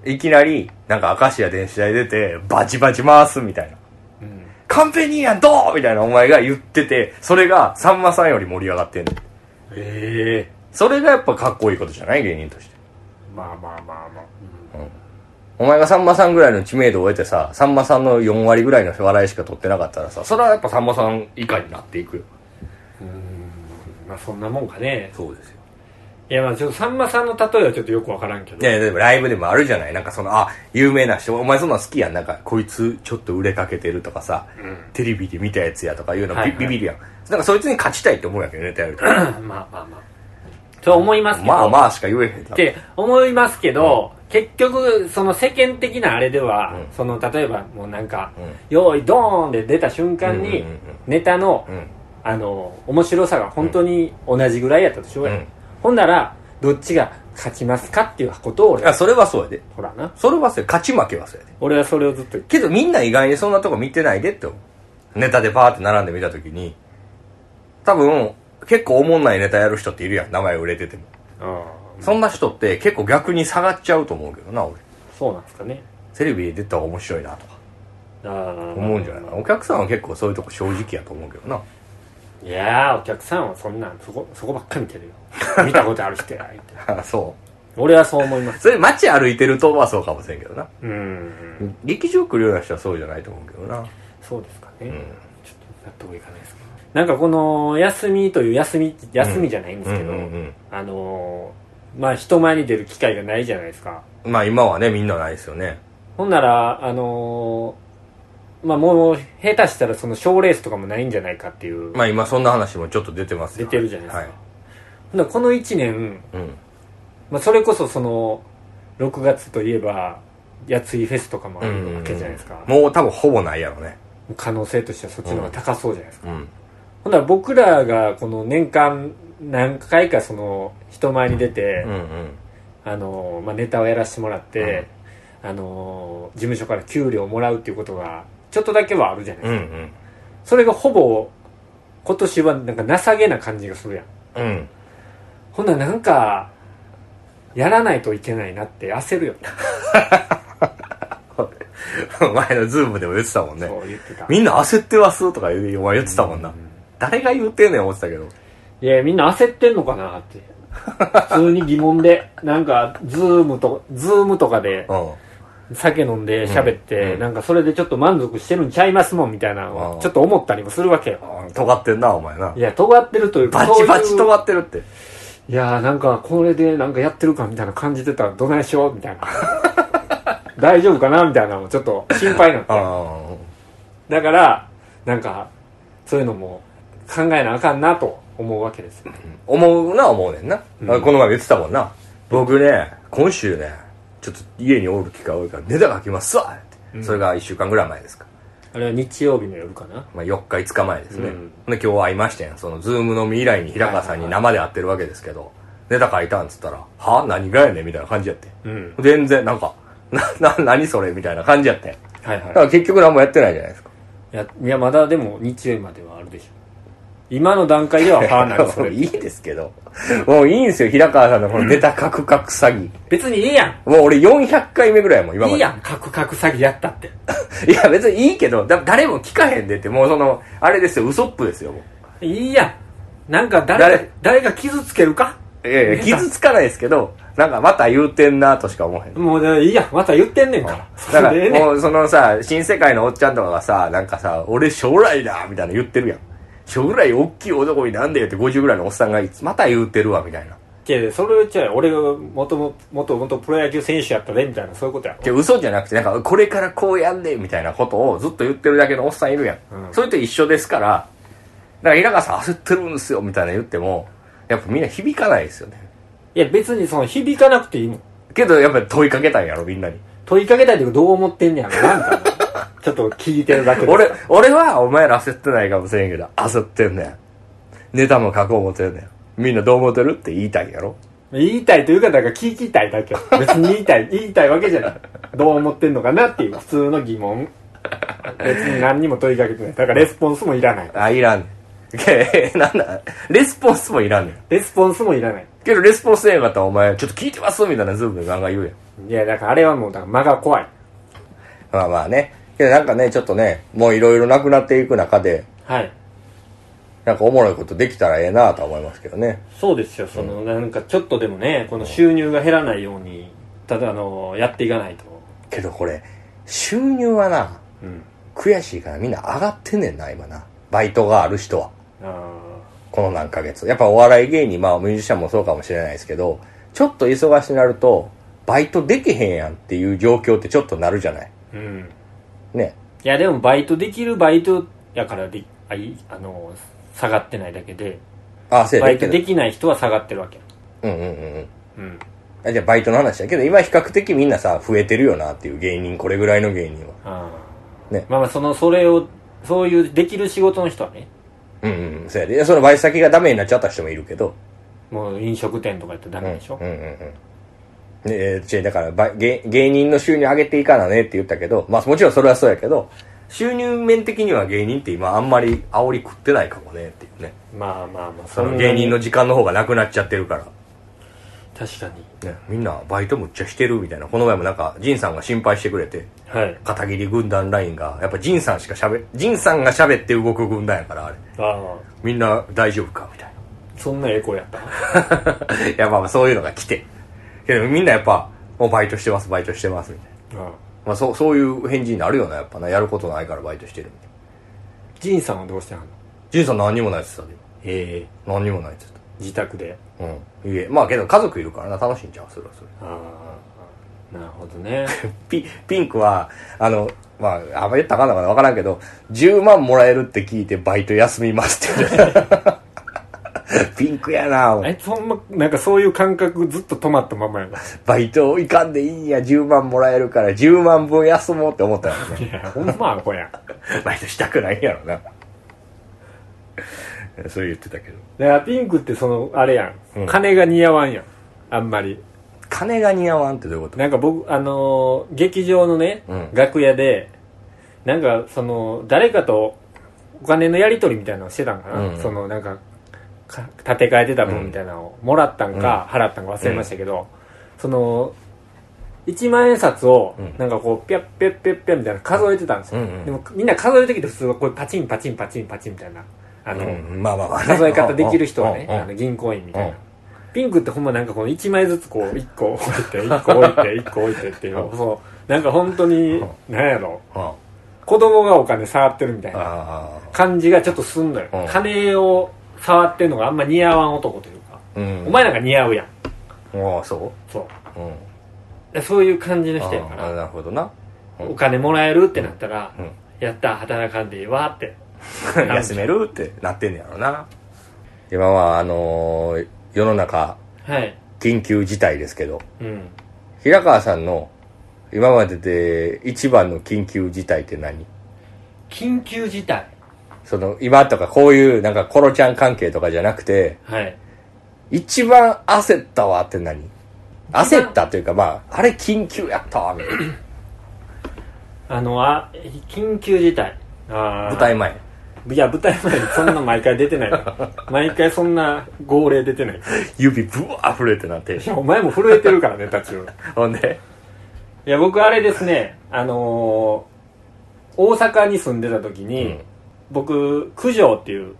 S2: いきなり、なんか明石家電子台出て、バチバチ回すみたいな。
S1: うん
S2: カンペニーやん、どうみたいなお前が言ってて、それがさんまさんより盛り上がってんの。
S1: ええ
S2: それがやっぱかっこいいことじゃない芸人として。
S1: まあまあまあまあ、
S2: お前がさんまさんぐらいの知名度を得てさ、さんまさんの4割ぐらいの笑いしか取ってなかったらさ、それはやっぱさんまさん以下になっていくよ。
S1: うんまあそんなもんかね
S2: そうですよ。
S1: いやまあちょっとさんまさんの例えはちょっとよくわからんけ
S2: い
S1: ど
S2: やいや、でもライブでもあるじゃないなんかその、あ、有名な人、お前そんなん好きやん。なんか、こいつちょっと売れかけてるとかさ、テレビで見たやつやとかいうの
S1: はい
S2: ビ
S1: はい
S2: ビビるやん。なんかそいつに勝 [LAUGHS] ちたいって思うやけどね、ネタやる
S1: [CLEARS THROAT]
S2: と。
S1: まあまあまあそう思いますけど
S2: まあまあしか言えへんな
S1: って思いますけど、結局その世間的なあれでは、その例えばもうなんか「用意ドーン!」で出た瞬間に、
S2: うんうんうん
S1: ネタの
S2: うん。
S1: あの面白さが本当に同じぐらいやったとしようや、
S2: うん
S1: ほんならどっちが勝ちますかっていうことを俺
S2: あ
S1: は
S2: それはそうやで
S1: ほらな
S2: それはそうや勝ち負けはそうやで
S1: 俺はそれをずっと言って
S2: けどみんな意外にそんなとこ見てないでって思うネタでパーって並んで見た時に多分結構おもんないネタやる人っているやん名前売れててもそんな人って結構逆に下がっちゃうと思うけどな俺
S1: そうなんですかね
S2: テレビで出た方が面白いなとか
S1: あ
S2: 思うんじゃないかなお客さんは結構そういうとこ正直やと思うけどない [LAUGHS]
S1: やーお客さんはそんなんそこそこばっか見てるよ見たことある人や言うて
S2: あそ
S1: 俺はそう思いま
S2: う
S1: す
S2: それ街歩いてるとはそうかもしれんけどな
S1: うん
S2: 劇場来るような人はそうじゃないと思うけどな
S1: そうですかね、
S2: うん
S1: ちょっと納得いかないですけどなんかこの休みという休み休みじゃないんですけど、
S2: うんうん
S1: あのーまあ人前に出る機会がないじゃないですか
S2: うんまあ今はねみんなないですよね
S1: ほんならあのーまあもう下手したらその賞レースとかもないんじゃないかっていう、
S2: まあ今そんな話もちょっと出てます
S1: 出
S2: よ
S1: てるじゃないですか、
S2: はい
S1: ほんならこの1年、
S2: うん
S1: まあ、それこそその6月といえばやついフェスとかもあるわけじゃないですか、
S2: もう多分ほぼないやろね
S1: 可能性としてはそっちの方が高そうじゃないですか、
S2: うん
S1: ほんなら僕らがこの年間何回かその人前に出て、
S2: うんうん
S1: あのまあ、ネタをやらせてもらって、あの事務所から給料をもらうっていうことがちょっとだけはあるじゃない、
S2: うんうん
S1: それがほぼ今年はなんか情けな感じがするやん
S2: うん
S1: ほんならなんかやらないといけないなって焦るよ、
S2: 前のズームでも言ってたもんね
S1: そう言ってた
S2: みんな焦ってますとか言うお前言ってたもんな、
S1: うん
S2: 誰が言ってんねん思ってたけど
S1: いやみんな焦ってんのかなって普通に疑問でなんかズームとズームとかで
S2: うん
S1: 酒飲んで喋って、
S2: うん
S1: なんかそれでちょっと満足してるんちゃいますもんみたいなの
S2: う
S1: を
S2: ん
S1: ちょっと思ったりもするわけよ
S2: 尖ってんなお前ない
S1: や尖ってるというか
S2: バチバ
S1: そ
S2: チ
S1: ういう
S2: 尖ってるって
S1: いやーなんかこれでなんかやってるかみたいな感じてたらどないしようみたいな [LAUGHS] 大丈夫かなみたいなのもちょっと心配なんだ
S2: ああ
S1: だからなんかそういうのも考えなあかんなと思うわけですよ
S2: 思うな思うねんな、あこの前も言ってたもんな僕ね今週ねちょっと家におる機会多いからネタ書きますわって、それが1週間ぐらい前ですか、
S1: あれは日曜日の夜かな
S2: まあ、4日5日前ですね、
S1: うん
S2: で今日会いましてんそのズームの未来に平川さんに生で会ってるわけですけど、ネタ書いたんっつったら「は何がやねん」みたいな感じやって、
S1: うん
S2: 全然なんか「なな何それ」みたいな感じやってん
S1: はい
S2: だか
S1: は
S2: ら結局何もやってないじゃないですか
S1: いいやいやまだでも日曜日まではあるでしょ今の段階でははあなるそれ
S2: [LAUGHS] いいですけどもういいんですよ平川さんのこのネタ書く書く詐欺、
S1: [LAUGHS] 別にいいやん
S2: もう俺400回目ぐらいやもん今まで
S1: いいやんカクカク詐欺やったって
S2: いや、別にいいけど、だ誰も聞かへんでって、もうその、あれですよ、ウソップですよ、も
S1: いいやんなんか誰
S2: 誰
S1: か誰が傷つけるか
S2: う。いやいや、 [LAUGHS] 傷つかないですけど、なんかまた言うてんなとしか思えへん。
S1: もうねいいやんまた言ってんねんからそ
S2: だか
S1: れでええ
S2: ら、
S1: ねん
S2: もうそのさ、新世界のおっちゃんとかがさ、なんかさ、俺将来だみたいな言ってるやん。将来大きい男になんでよって50ぐらいのおっさんがいつ、また言うてるわ、みたいな。
S1: けどそれじゃあ俺がもともともとプロ野球選手やったでみたいなそういうことやろ
S2: じゃ嘘じゃなくて、なんか、これからこうやんねんみたいなことをずっと言ってるだけのおっさんいるやん。
S1: うん
S2: それと一緒ですから、だから平川さん焦ってるんですよ、みたいな言っても、やっぱみんな響かないですよね。
S1: いや別にその響かなくていいもん
S2: けどやっぱり問いかけたんやろみんなに
S1: 問いかけたいけどどう思ってんねやろなんか
S2: [LAUGHS]
S1: ちょっと聞いてるだけで
S2: 俺俺はお前ら焦ってないかもしれんけど焦ってんねんネタも書こう思ってんねんみんなどう思ってるって言いたいんやろ
S1: 言いたいというかなんか聞きたいだけ別に言いたい言いたいわけじゃないどう思ってんのかなっていう普通の疑問別に何にも問いかけてないだからレスポンスもいらない
S2: あいらんねんけなんだレスポンスもいらんねん
S1: レスポンスもいらない
S2: けどレスポンスええかったらお前ちょっと聞いてますみたいなズームでガンガン言うやん
S1: いやだからあれはもうだから間が怖い
S2: まあまあねけどなんかねちょっとねもういろいろなくなっていく中で
S1: はい
S2: なんかおもろいことできたらええなとは思いますけどね
S1: そうですよその、なんかちょっとでもねこの収入が減らないようにただあのやっていかないと
S2: けどこれ収入はな
S1: うん
S2: 悔しいからみんな上がってんねんな今なバイトがある人は
S1: あ
S2: この何ヶ月やっぱお笑い芸人まあミュージシャンもそうかもしれないですけどちょっと忙しくなるとバイトできへんやんっていう状況ってちょっとなるじゃない
S1: ーうん
S2: ね
S1: いやでもバイトできるバイトやからであいあの下がってないだけで
S2: あせや
S1: バイト
S2: け
S1: で
S2: ど
S1: きない人は下がってるわけ
S2: うんうんうんうん
S1: うん
S2: あじゃあバイトの話だけど今比較的みんなさ増えてるよなっていう芸人これぐらいの芸人は
S1: ああ
S2: ね
S1: まあまあそのそれをそういうできる仕事の人はね
S2: うんうんそうやでそのバイト先がダメになっちゃった人もいるけど
S1: もう飲食店とかやったらダメでしょ、
S2: うんうんうんでえー違うだからば芸芸人の収入上げていかなねって言ったけどまあもちろんそれはそうやけど収入面的には芸人って今あんまり煽り食ってないかもねっていうね
S1: まあまあまあ
S2: そ
S1: そん
S2: の
S1: な
S2: 芸人の時間の方がなくなっちゃってるから
S1: 確かに
S2: ね、みんなバイトむっちゃしてるみたいなこの前もなんか仁さんが心配してくれて
S1: はい
S2: 片桐軍団ラインがやっぱ仁さんしかしゃべ仁さんがしゃべって動く軍団やからあれ
S1: ああ
S2: みんな大丈夫かみたい
S1: そんなエコ [LAUGHS] やったな
S2: な [LAUGHS] いやまあまあそういうのが来てけどみんなやっぱもうバイトしてますバイトしてますみたいな、
S1: ああ
S2: まあ、そうそういう返事になるよなやっぱなやることないからバイトしてるみたいな
S1: ジンさんはどうしてはんの
S2: 仁さん何にもないっつって
S1: ええ
S2: たで何にもないっつって
S1: 自宅で
S2: たうんいえまあけど家族いるからな楽しいんちゃうそれはそれ
S1: ああなるほどね [LAUGHS]
S2: ピピンクは、あの、まあ、あんま言ったらあかんのかなわからんけど、10万もらえるって聞いてバイト休みますって言って [LAUGHS] たピンクやな
S1: あいつほんまなんかそういう感覚ずっと止まったままやな
S2: バイト行かんでいいんや、10万もらえるから10万分休もうって思ったよ
S1: い
S2: ね。
S1: やほんまアホやんだか
S2: バイトしたくないんやろな。そう言ってたけど。
S1: らピンクってそのあれやん、
S2: うん
S1: 金が似合わんやんあんまり
S2: 金が似合わんってどういうこと
S1: なんか僕あのー劇場のね、
S2: うん
S1: 楽屋でなんかその誰かとお金のやり取りみたいなのをしてたんかな、
S2: うん
S1: そのなんかか立て替えてた分みたいなのをもらったんか、払ったんか忘れましたけど、その1万円札を
S2: うん
S1: なんかこうピャッピャッピャッピャッみたいなの数えてたんですよ、
S2: うんうん
S1: でもみんな数える時って普通はこうパチンパチンパチンパチンみたいなあの、
S2: うん、まあまあまあね、
S1: 数え方できる人はね、
S2: うんうん
S1: あの銀行員みたいな、
S2: うん
S1: ピンクってほんまなんかこの1枚ずつこう1個置いて1個置いて1個置いてっていう
S2: う
S1: [LAUGHS] そうなんか本当になんやろ
S2: うんあ
S1: 子供がお金触ってるみたいな
S2: あ、
S1: 感じがちょっとすんのよ、
S2: うん
S1: 金を触ってるのがあんま似合わん男というか、
S2: うん。
S1: お前なんか似合うやん
S2: ああ、そ
S1: そう
S2: ううん。
S1: でそういう感じの人やか
S2: ああ、
S1: ら
S2: なるほどな。うん
S1: お金もらえるってなったら、
S2: うん。
S1: やった働かんでいいわ
S2: [LAUGHS]
S1: って
S2: 休めるってなってんねやろな今はあのー世の中
S1: はい
S2: 緊急事態ですけど
S1: うん
S2: 平川さんの今までで一番の緊急事態って何
S1: 緊急事態
S2: その今とかこういうなんかコロちゃん関係とかじゃなくて
S1: はい
S2: 一番焦ったわって何焦ったというかまああれ緊急やったわみたいな
S1: あのあ緊急事態あー
S2: 舞台前
S1: いや舞台前にそんな毎回出てないから毎回そんな号令出てないからい
S2: 指ぶわー震えてなって
S1: やお前も震えてるからねタチをい
S2: ほんで
S1: や僕あれですねあのー大阪に住んでた時に、
S2: うん
S1: 僕九条っていう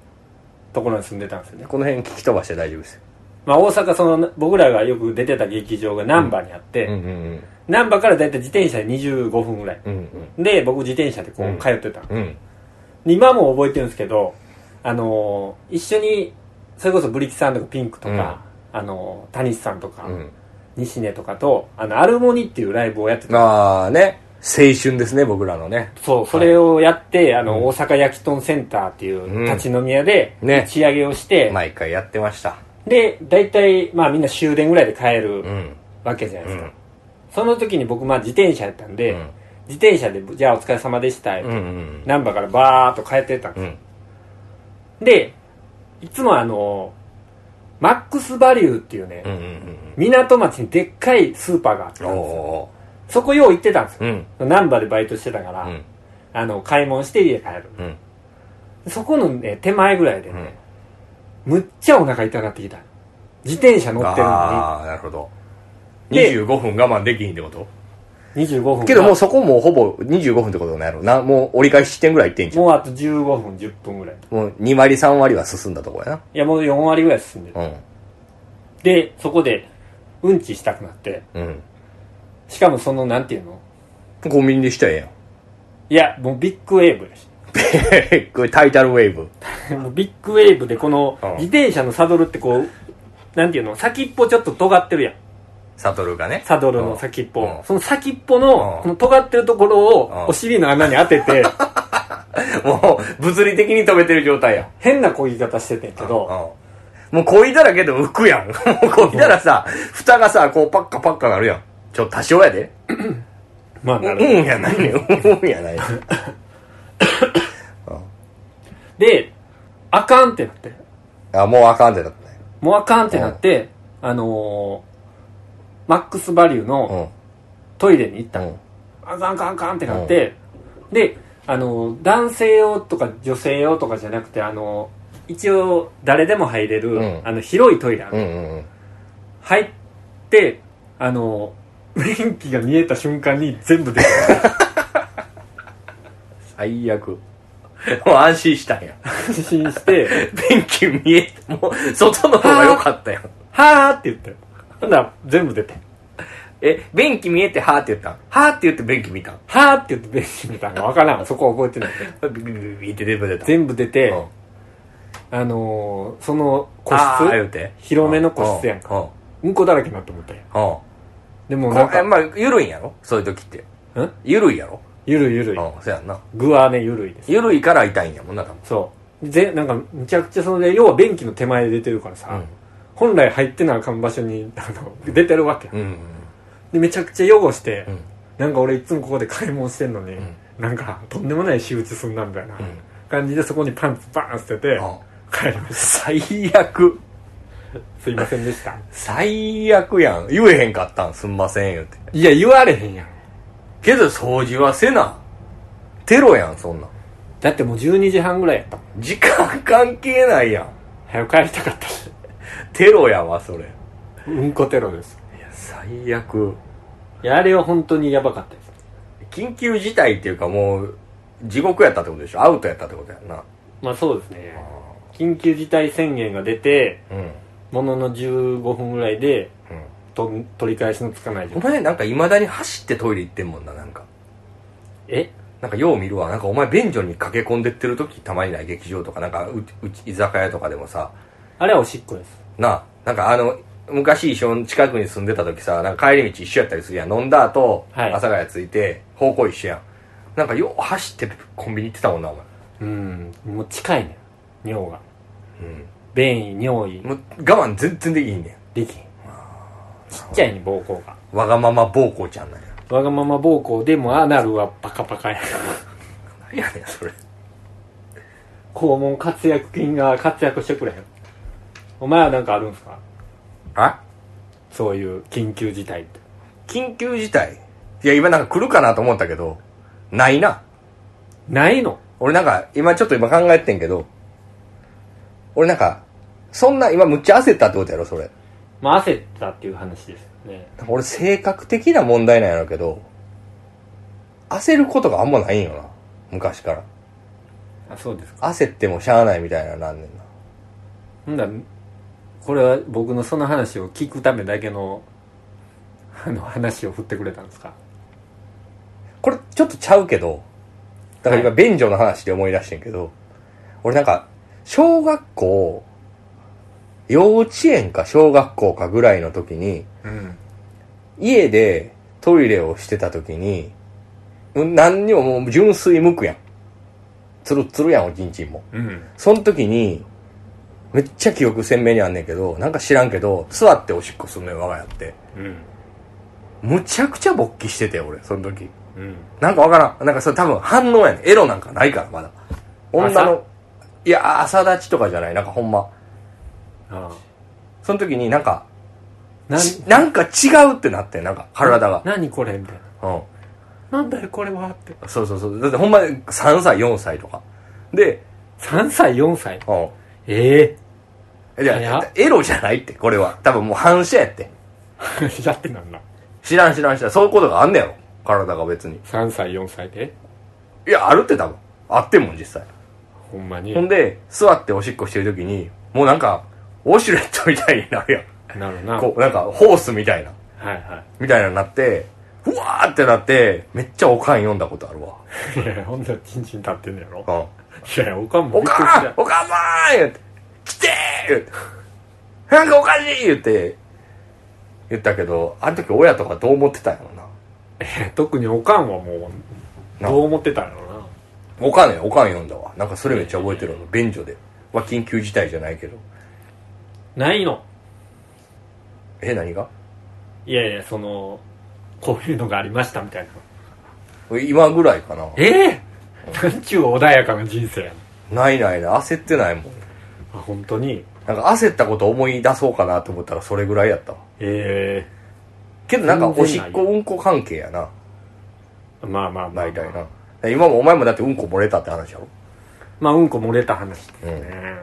S1: ところに住んでたんですよね、
S2: この辺聞き飛ばして大丈夫ですよ
S1: まあ、大阪その僕らがよく出てた劇場が難波にあって、
S2: うんうん
S1: 難波からだいたい自転車で25分ぐらい
S2: うんうん
S1: で僕自転車でこ
S2: うん
S1: う通ってた、
S2: うんうん
S1: 今も覚えてるんですけど、あのー一緒に、それこそブリキさんとかピンクとか、あのー、タニスさんとか、
S2: うん
S1: 西根とかと、あの、アルモニっていうライブをやってた。
S2: まあね、青春ですね、僕らのね。
S1: そう、それをやって、あの、大阪焼き豚センターっていう立ち飲み屋で、
S2: うんね
S1: 打ち上げをして、
S2: 毎回やってました。
S1: で、大体、まあみんな終電ぐらいで帰
S2: う
S1: る
S2: ん。
S1: わけじゃないですか。
S2: うん
S1: その時に僕、まあ自転車やったんで、
S2: うん
S1: 自転車で、じゃあお疲れ様でした、
S2: うんうん。
S1: ナンバーからバーっと帰ってったんですよ
S2: うん。
S1: で、いつもあの、マックスバリューっていうね、
S2: うんうんうん
S1: 港町にでっかいスーパーがあった
S2: うん。
S1: んですよ。
S2: お
S1: そこよう行ってたんです
S2: ー。う
S1: よ。
S2: ん。
S1: ナンバーでバイトしてたから、
S2: うん。
S1: あの、買い物して家帰る。
S2: うん。
S1: そこのね、手前ぐらいで
S2: う
S1: ね
S2: ん、
S1: むっちゃお腹痛なってきた。自転車乗ってるの
S2: ああ、なるほど。
S1: で
S2: 25分我慢できひんってこと
S1: に、25分が
S2: けどもうそこもうほぼ25分ってことなんやろな。もう折り返し地点ぐらい行ってんじゃん。
S1: もうあと15分、10分ぐらい。
S2: もう2割3割は進んだとこや
S1: いや、もう4割ぐらい進んでる。
S2: な。
S1: で、そこで、うんちしたくなって、
S2: うん。うん。
S1: しかもその、なんていうの
S2: コンビニでしたらええやん。
S1: いや、もうビッグウェーブやし。
S2: [LAUGHS] これタイタルウェーブ。
S1: [LAUGHS] もうビッグウェーブでこの
S2: うん
S1: 自転車のサドルってこうなんていうの先っぽちょっと尖ってるやん
S2: サトルがね。
S1: サドルの先っぽ、
S2: うん
S1: その先っぽ
S2: う
S1: の
S2: ん
S1: この尖ってるところ
S2: うん
S1: をお尻の穴に当て
S2: [LAUGHS]
S1: て
S2: もう物理的に止めてる状態やん。
S1: 変な漕ぎ方しててんけど
S2: うんもうこいだらけど浮くやん。もうこいだらさ、蓋がさ、こうパッカパッカなるやん。ちょ、多少やで。
S1: まあ
S2: う
S1: なる
S2: んやないねん。うんやないねん。
S1: であかんってなって。
S2: あ、もうあかんってなったね。
S1: もうあかんってなって、あのーマックスバリュー
S2: う
S1: の
S2: ん。
S1: トイレに行った
S2: う
S1: の
S2: ん。
S1: あかんあかんあかんってなって、で、あのー男性用とか女性用とかじゃなくて、あのー一応誰でも入れる、
S2: うん
S1: あの広いトイレある、
S2: うんうんうん。
S1: 入って、あのー便器が見えた瞬間に全部出てきた。
S2: 最悪。もう安心したんや。
S1: 安心して、 [LAUGHS]
S2: 便器見え、もう、外の方が良かったやん。
S1: はーって言って。ほんなら全部出て。
S2: え、便器見えて、はーって言ったんはーって言って便器見たん
S1: はーって言って便器見たんかわからん。そこは覚えてない。
S2: ビビビビビって出て出た。
S1: 全部出て、
S2: うん
S1: あのーその個
S2: あー言う
S1: 室、
S2: て
S1: 広めの個室やんか。
S2: か。
S1: うんこだらけになって思ったんや。
S2: うん。うん
S1: でもなん
S2: こえ
S1: か、
S2: まあ、ゆるいんやろそういう時って。
S1: ん
S2: ゆるいやろ
S1: ゆるゆるい。
S2: うん、そうやんな。
S1: 具はね、ゆるいです。
S2: ゆるいから痛いんやもんな、多分。
S1: そう。ぜ、なんか、むちゃくちゃそので、要は便器の手前で出てるからさ、
S2: うん
S1: 本来入ってなあかん場所に、あの、出てるわけや。
S2: うん。
S1: で、めちゃくちゃ汚して、
S2: ん
S1: なんか俺いつもここで買い物してんのに、
S2: ん
S1: なんか、とんでもない仕打ちすんなみたいな
S2: うん
S1: 感じで、そこにパンツバーン捨てて、
S2: うん
S1: 帰りました。
S2: 最悪。
S1: すいませんでした。
S2: 最悪やん。言えへんかったん、すんません、言うて。
S1: [LAUGHS] いや、言われへんやん。
S2: けど、掃除はせな。テロやん、そんなん。
S1: だってもう12時半ぐらいやったもん
S2: 時間関係ないやん。
S1: 早く帰りたかったし。
S2: テロやわ、それ。
S1: うんこテロです。
S2: いや、最悪。
S1: いや、あれは本当にやばかったです。
S2: 緊急事態っていうか、もう、地獄やったってことでしょアウトやったってことやんな。
S1: まあそうですね。緊急事態宣言が出て、
S2: うん。
S1: ものの15分ぐらいで、
S2: うん。
S1: と取り返しのつかない状
S2: お
S1: 態。
S2: 前なんか未だに走ってトイレ行ってんもんな、なんか。
S1: え
S2: なんかよう見るわ。なんかお前便所に駆け込んでってる時たまにない劇場とか、なんかううち居酒屋とかでもさ、
S1: あれはおしっこです。
S2: なあ、なんかあの、昔一緒の近くに住んでた時さ、なんか帰り道一緒やったりするやん。飲んだ後、
S1: はい
S2: 朝ヶ谷着いて、方向一緒やん。なんかよう走ってコンビニ行ってたもんな、お前。
S1: うん、もう近いねん。尿が。
S2: うん。
S1: 便意、尿意、
S2: もう我慢全然できひんねん。
S1: できん。ちっちゃいに膀胱が。
S2: わがまま暴行ちゃんなんや。
S1: わがまま膀胱でもアナルはパカパカや。
S2: 何やねん、それ。
S1: 肛門活躍菌が活躍してくれへん。お前はなんかあるんすか
S2: あ
S1: そういう緊急事態って。
S2: 緊急事態いや、今なんか来るかなと思ったけど、ないな。
S1: ないの
S2: 俺なんか、今ちょっと今考えてんけど、俺なんか、そんな、今むっちゃ焦ったってことやろ、それ。
S1: まあ、焦ったっていう話ですよね。
S2: なんか俺性格的な問題なんやろうけど、焦ることがあんまないんよな。昔から。
S1: あ、そうですか。
S2: 焦ってもしゃあないみたいななんねんな。
S1: ほんだらこれは僕のその話を聞くためだけの、あの話を振ってくれたんですか
S2: これちょっとちゃうけど、だから今
S1: は
S2: 便所の話で思い出してんけど、俺なんか、小学校、幼稚園か小学校かぐらいの時に、
S1: うん。
S2: 家でトイレをしてた時に、うん何にももう純粋無垢やん。つるつるやん、おちんちんも。
S1: うん。
S2: その時に、めっちゃ記憶鮮明にあんねんけど、なんか知らんけど、座っておしっこすんのよ、我が家って。
S1: うん。
S2: むちゃくちゃ勃起してて、俺、その時。
S1: うん。
S2: なんかわからん。なんかそれ多分反応やねん。エロなんかないから、まだ。女の、いや、朝立ちとかじゃない。なんかほんま。
S1: ああ。
S2: その時になんか、
S1: な
S2: ちなんか違うってなってんなんか体が。
S1: 何これみたい
S2: うん。
S1: な。なんだよこれはって。
S2: そうそうそう。だってほんま3歳、4歳とか。で、
S1: 3歳、4歳。
S2: うん。
S1: え [LAUGHS]
S2: いや
S1: 早っ
S2: エロじゃないって、これは。多分もう反射やって。
S1: えやってなんだ。
S2: 知らん知らん知らん。そういうことがあんねやろ。体が別に。
S1: 3歳、4歳で。
S2: いや、あるって多分。あってんもん、実際。
S1: ほんまに。
S2: ほんで、座っておしっこしてる時に、もうなんか、ウォシュレットみたいになる
S1: なる
S2: や
S1: な。
S2: ん。
S1: はい
S2: こう、なんか、ホースみたいな。
S1: は
S2: みたいなのになって、うわーってなって、めっちゃおかん読んだことあるわ。
S1: い。いやいやほんとチンチン立ってんのやろ。
S2: うん。
S1: いやいや、おかんも
S2: お
S1: びっくりし
S2: かん
S1: た。
S2: おかんさーん言って、来てー言って、なんかおかしい言って、言ったけど、あの時親とかどう思ってたんやろな。
S1: いや特におかんはもう、
S2: な
S1: どう思ってたんやろ
S2: おかんね、おかん読んだわ。なんかそれめっちゃ覚えてるの。便所で。まあ、緊急事態じゃないけど。
S1: な。ないの。
S2: え、何が
S1: いやいや、その、こういうのがありましたみたいな。
S2: 今ぐらいかな。
S1: ええなんちゅう穏やかな人生やの
S2: ないないない焦ってないもん
S1: あ本当に
S2: なんか焦ったこと思い出そうかなと思ったらそれぐらいやったわ
S1: え
S2: けどなんかおしっ
S1: 全然
S2: こ
S1: な
S2: うんこ関係やな
S1: えまあまあまあ
S2: 大体な今もお前もだってうんこ漏れたって話やろ
S1: まあうんこ漏れた話ですね、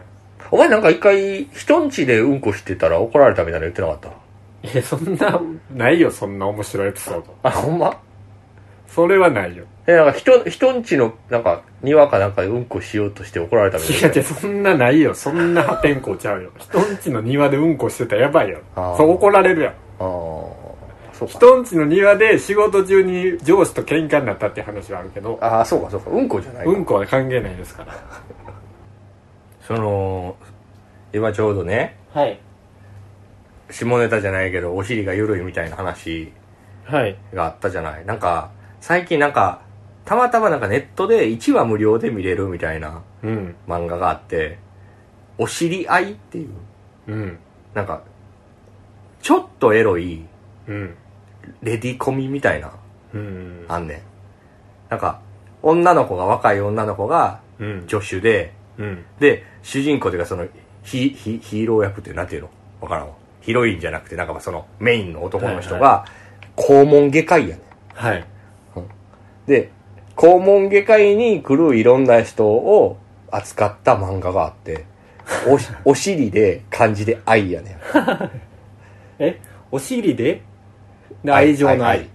S2: お前なんか一回人んちでうんこしてたら怒られたみたいなの言ってなかった
S1: えそんなないよそんな面白いエピソード
S2: あほんま
S1: それはないよ
S2: えなんか人人んちのなんか庭かなんかでうんこしようとして怒られたみたい
S1: い
S2: な
S1: やいやそんなないよそんな破天荒ちゃうよ人んちの庭でうんこしてたらやばいよ
S2: あー
S1: そう怒られるやん
S2: ああそうか
S1: 人んちの庭で仕事中に上司と喧嘩になったって話はあるけど
S2: ああそうかそうかうんこじゃないか
S1: うんこは関係ないですから
S2: その今ちょうどね
S1: はい
S2: 下ネタじゃないけどお尻が緩いみたいな話
S1: はい
S2: があったじゃないなんか最近なんかたまたまなんかネットで1話無料で見れるみたいな
S1: うん
S2: 漫画があって「お尻愛」っていう
S1: うん
S2: なんかちょっとエロい
S1: うん
S2: レディコミみたいな
S1: うん
S2: あんねんなんか女の子が若い女の子が
S1: うん
S2: 助手で
S1: うん
S2: で主人公というかそのヒヒヒーロー役ってなんていうのわからんわヒロインじゃなくてなんかまあそのメインの男の人が肛門外科医やねん
S1: はい
S2: で肛門外科医に来るいろんな人を扱った漫画があ
S1: [LAUGHS]
S2: っておしお尻で漢字で愛やねん
S1: えお尻でで愛情の愛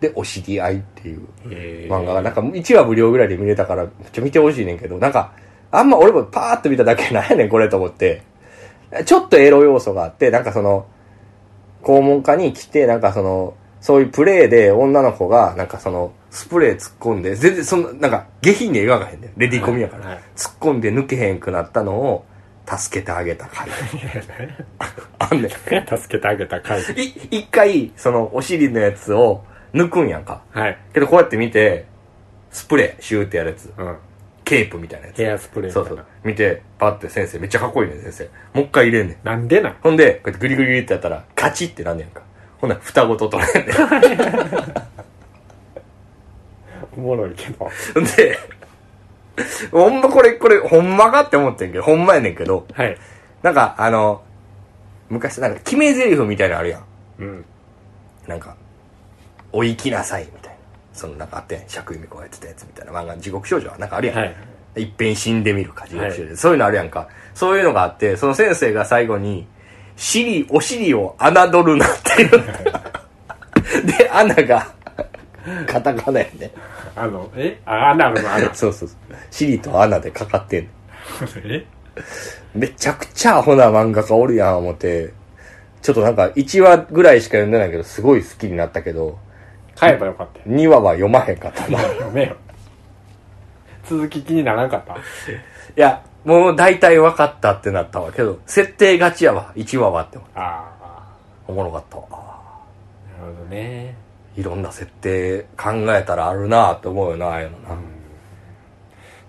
S2: でお尻愛っていう
S1: えー
S2: 漫画がなんか1話無料ぐらいで見れたからめっちゃ見てほしいねんけどなんかあんま俺もパーッと見ただけなんやねんこれと思ってちょっとエロ要素があってなんかその肛門科に来てなんかそのそういうプレーで女の子がなんかそのスプレー突っ込んで全然そのなんか下品には言わがへんねんレディーコミやから、
S1: はいはい
S2: 突っ込んで抜けへんくなったのを助けてあげた回 [LAUGHS] あんねん
S1: [LAUGHS] 助けてあげた回
S2: い一回そのお尻のやつを抜くんやんか
S1: はい
S2: けどこうやって見てスプレーシューってやるやつ
S1: うん
S2: ケープみたいなやつ
S1: ヘアスプレーみた
S2: そ
S1: いうな
S2: そう見てパッて先生めっちゃかっこいいね先生もう一回入れんねん
S1: なんでなん
S2: ほんでこうやってグリグリグリってやったらカチってなんねやんかほんなら双子と取れんねん
S1: おもろいけど
S2: ほん [LAUGHS] でほんまこれこれほんまかって思ってんけどほんまやねんけど
S1: はい
S2: なんかあの昔なんか決め台詞みたいなのあるやん
S1: うん
S2: なんか「お行きなさい」みたいなそのなんかあって釈由美子がやってたやつみたいな漫画地獄少女はなんかあるやん、
S1: はい
S2: いっぺん死んでみるか、地獄少女
S1: は
S2: そういうのあるやんか。そういうのがあって、その先生が最後に、尻、お尻を侮るなっていう。
S1: [LAUGHS]
S2: で、穴が、カタカナやね。
S1: あのえあアナルのアナ
S2: そうそうそう。尻と穴でかかってんの
S1: [LAUGHS] え
S2: めちゃくちゃアホな漫画家おるやん、思って。ちょっとなんか、1話ぐらいしか読んでないけど、すごい好きになったけど、
S1: 買えばよかったよ
S2: 2話は読まへんかったな。い
S1: 読めよ続き気にならんかった
S2: や、もう大体分かったってなったわけど、設定勝ちやわ、1話はって思う。
S1: あ
S2: おもろかったわ。
S1: あなるほどね
S2: いろんな設定考えたらあるなって思うよなああいうのな、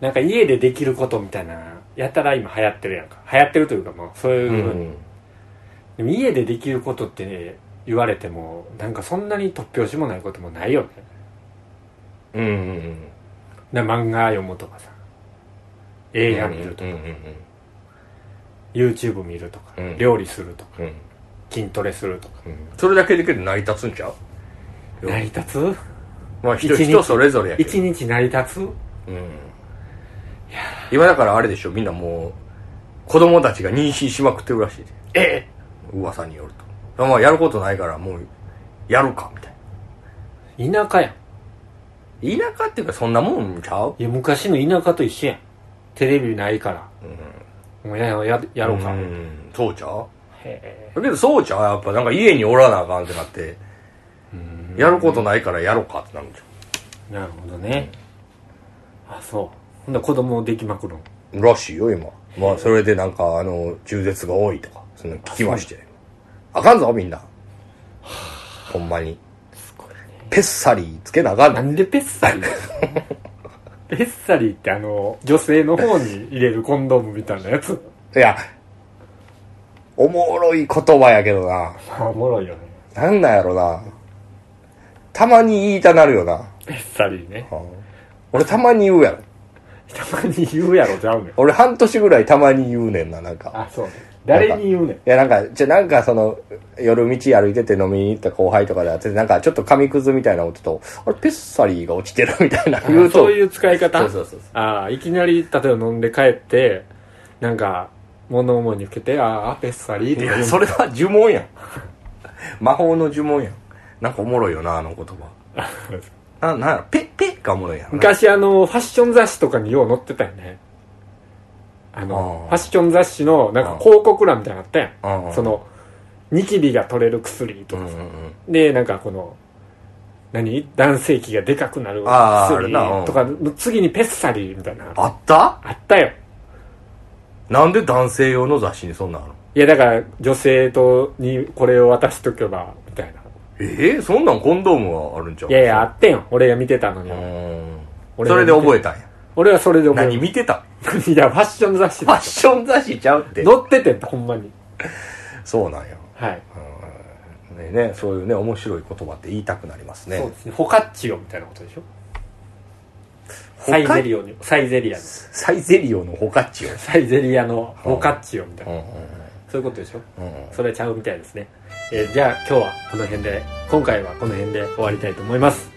S1: なんか家でできることみたいなやたら今流行ってるやんか流行ってるというかまあそういうう、
S2: ん
S1: でも家でできることって、言われてもなんかそんなに突拍子もないこともないよね
S2: うんうん
S1: な漫画読むとかさ映画見るとか、
S2: うんうん
S1: YouTube 見るとか、
S2: うん
S1: 料理するとか
S2: うん
S1: 筋トレするとか
S2: うんそれだけでけど成り立つんちゃう
S1: 成り立つ
S2: まあ人
S1: 一日
S2: 人それぞれやけど、
S1: 一日成り立つ
S2: うん、今だからあれでしょみんなもう子供たちが妊娠しまくってるらしいで
S1: え
S2: 噂によるとまあやることないからもうやるかみた
S1: え田舎やん
S2: いな田舎っていうかそんなもんちゃう
S1: いや昔の田舎と一緒やんテレビないから、もうやややろうか、
S2: んそうちゃう
S1: へ
S2: だけどそうちゃうやっぱなんか家におらなあかんってなってやることないからやろうかってなるんじ
S1: えなるほどね、あそうほんなら子供できまくるん
S2: ゃんらしいよ今まあそれでなんかあの中絶が多いとかそんなの聞きましてあかんぞみんなほんまにペッサリーつけなあかん
S1: な
S2: ねん
S1: んでペッサリー [LAUGHS] ペッサリーってあの女性の方に入れるコンドームみたいなやつ
S2: いやおもろい言葉やけどな
S1: おもろいよね
S2: なんなんやろなたまに言いたなるよな
S1: ペッサリーね
S2: 俺たまに言うやろ
S1: たまに言うやろちゃうねん
S2: 俺半年ぐらいたまに言うねんな、なんか。
S1: あそうね誰に言うねん
S2: いや、なんか、じゃなんかその、夜道歩いてて飲みに行った後輩とかで会ってて、なんかちょっと紙くずみたいな音と、あれ、ペッサリーが落ちてるみたいな言うと。
S1: そういう使い方
S2: [LAUGHS] そうそうそうそ
S1: ああいきなり例えば飲んで帰ってなんか物思いにふけてああペッサリーって
S2: い
S1: 言う
S2: や、それは呪文やん。 [LAUGHS] 魔法の呪文やん。なんかおもろいよな、あの言葉。な、なんやろ、ペッ、ペッがおもろいやん。
S1: 昔あのファッション雑誌とかによう載ってたよねあの
S2: あー
S1: ファッション雑誌のなんか広告欄みたいなのあったや
S2: うん
S1: んそのニキビが取れる薬と
S2: うん
S1: か
S2: うん
S1: さ、
S2: うん。
S1: でなんかこの何男性器がでかくなる
S2: あーある
S1: 薬
S2: なうん
S1: とかの次にペッサリーみたいな
S2: あった
S1: あったよ
S2: なんで男性用の雑誌にそんなんあるの
S1: いやだから女性とにこれを渡しとけばみたいな
S2: ええそんなんコンドームはあるんちゃう
S1: い
S2: い
S1: やいやあってんよ俺が見てたのに
S2: うーん
S1: 俺
S2: それで覚えたんや
S1: 俺はそれで覚え
S2: 何
S1: る [LAUGHS]
S2: 見てた
S1: いやファッション雑誌
S2: ファ
S1: だ
S2: ッション雑誌ちゃうって
S1: 載っててんほんまに
S2: そうなんや
S1: はい
S2: ねねそういうね面白い言葉って言いたくなりますね
S1: そうですね。ホカッチオみたいなことでしょ
S2: カ
S1: サイゼリオに、サイゼリアの。
S2: サイゼリオのホカッチ
S1: [LAUGHS] サイゼリアのホカッチオみたい
S2: オ
S1: な。そういうことでしょ
S2: うんうんうん
S1: それちゃうみたいですね。えーじゃあ今日はこの辺で、今回はこの辺で終わりたいと思います。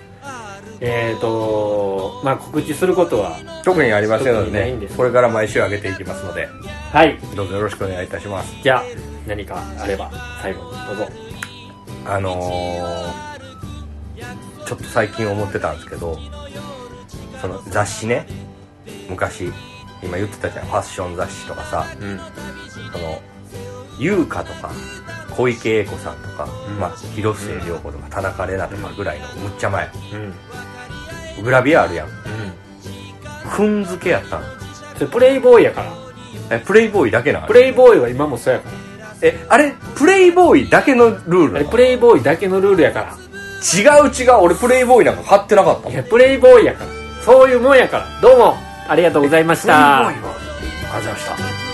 S1: えっ、とまあ告知することは、
S2: 特にありませんの
S1: 特にな
S2: で
S1: いんで
S2: ね
S1: す
S2: これから毎週上げていきますので
S1: はい。
S2: どうぞよろしくお願いいたします
S1: じゃあ何かあれば最後にどうぞ。
S2: あのー、ちょっと最近思ってたんですけどその雑誌ね昔今言ってたじゃんファッション雑誌とかさ
S1: うん。
S2: その優香とか小池栄子さんとか、
S1: うん
S2: まあ、広末涼子とか田中玲奈とかぐらいのむっちゃ前
S1: うん。うん。
S2: グラビアあるやん踏んづけやったん
S1: それプレイボーイやから。
S2: えプレイボーイだけなの
S1: プレイボーイは今もそうやから。
S2: えあれプレイボーイだけのルール
S1: あ
S2: な
S1: れ
S2: の
S1: プレイボーイだけのルールやから。
S2: 違う違う俺プレイボーイなんか買ってなかったもん
S1: いや、プレイボーイやから。そういうもんやから。どうも、ありがとうございました。
S2: プレイボーイはありがとうございました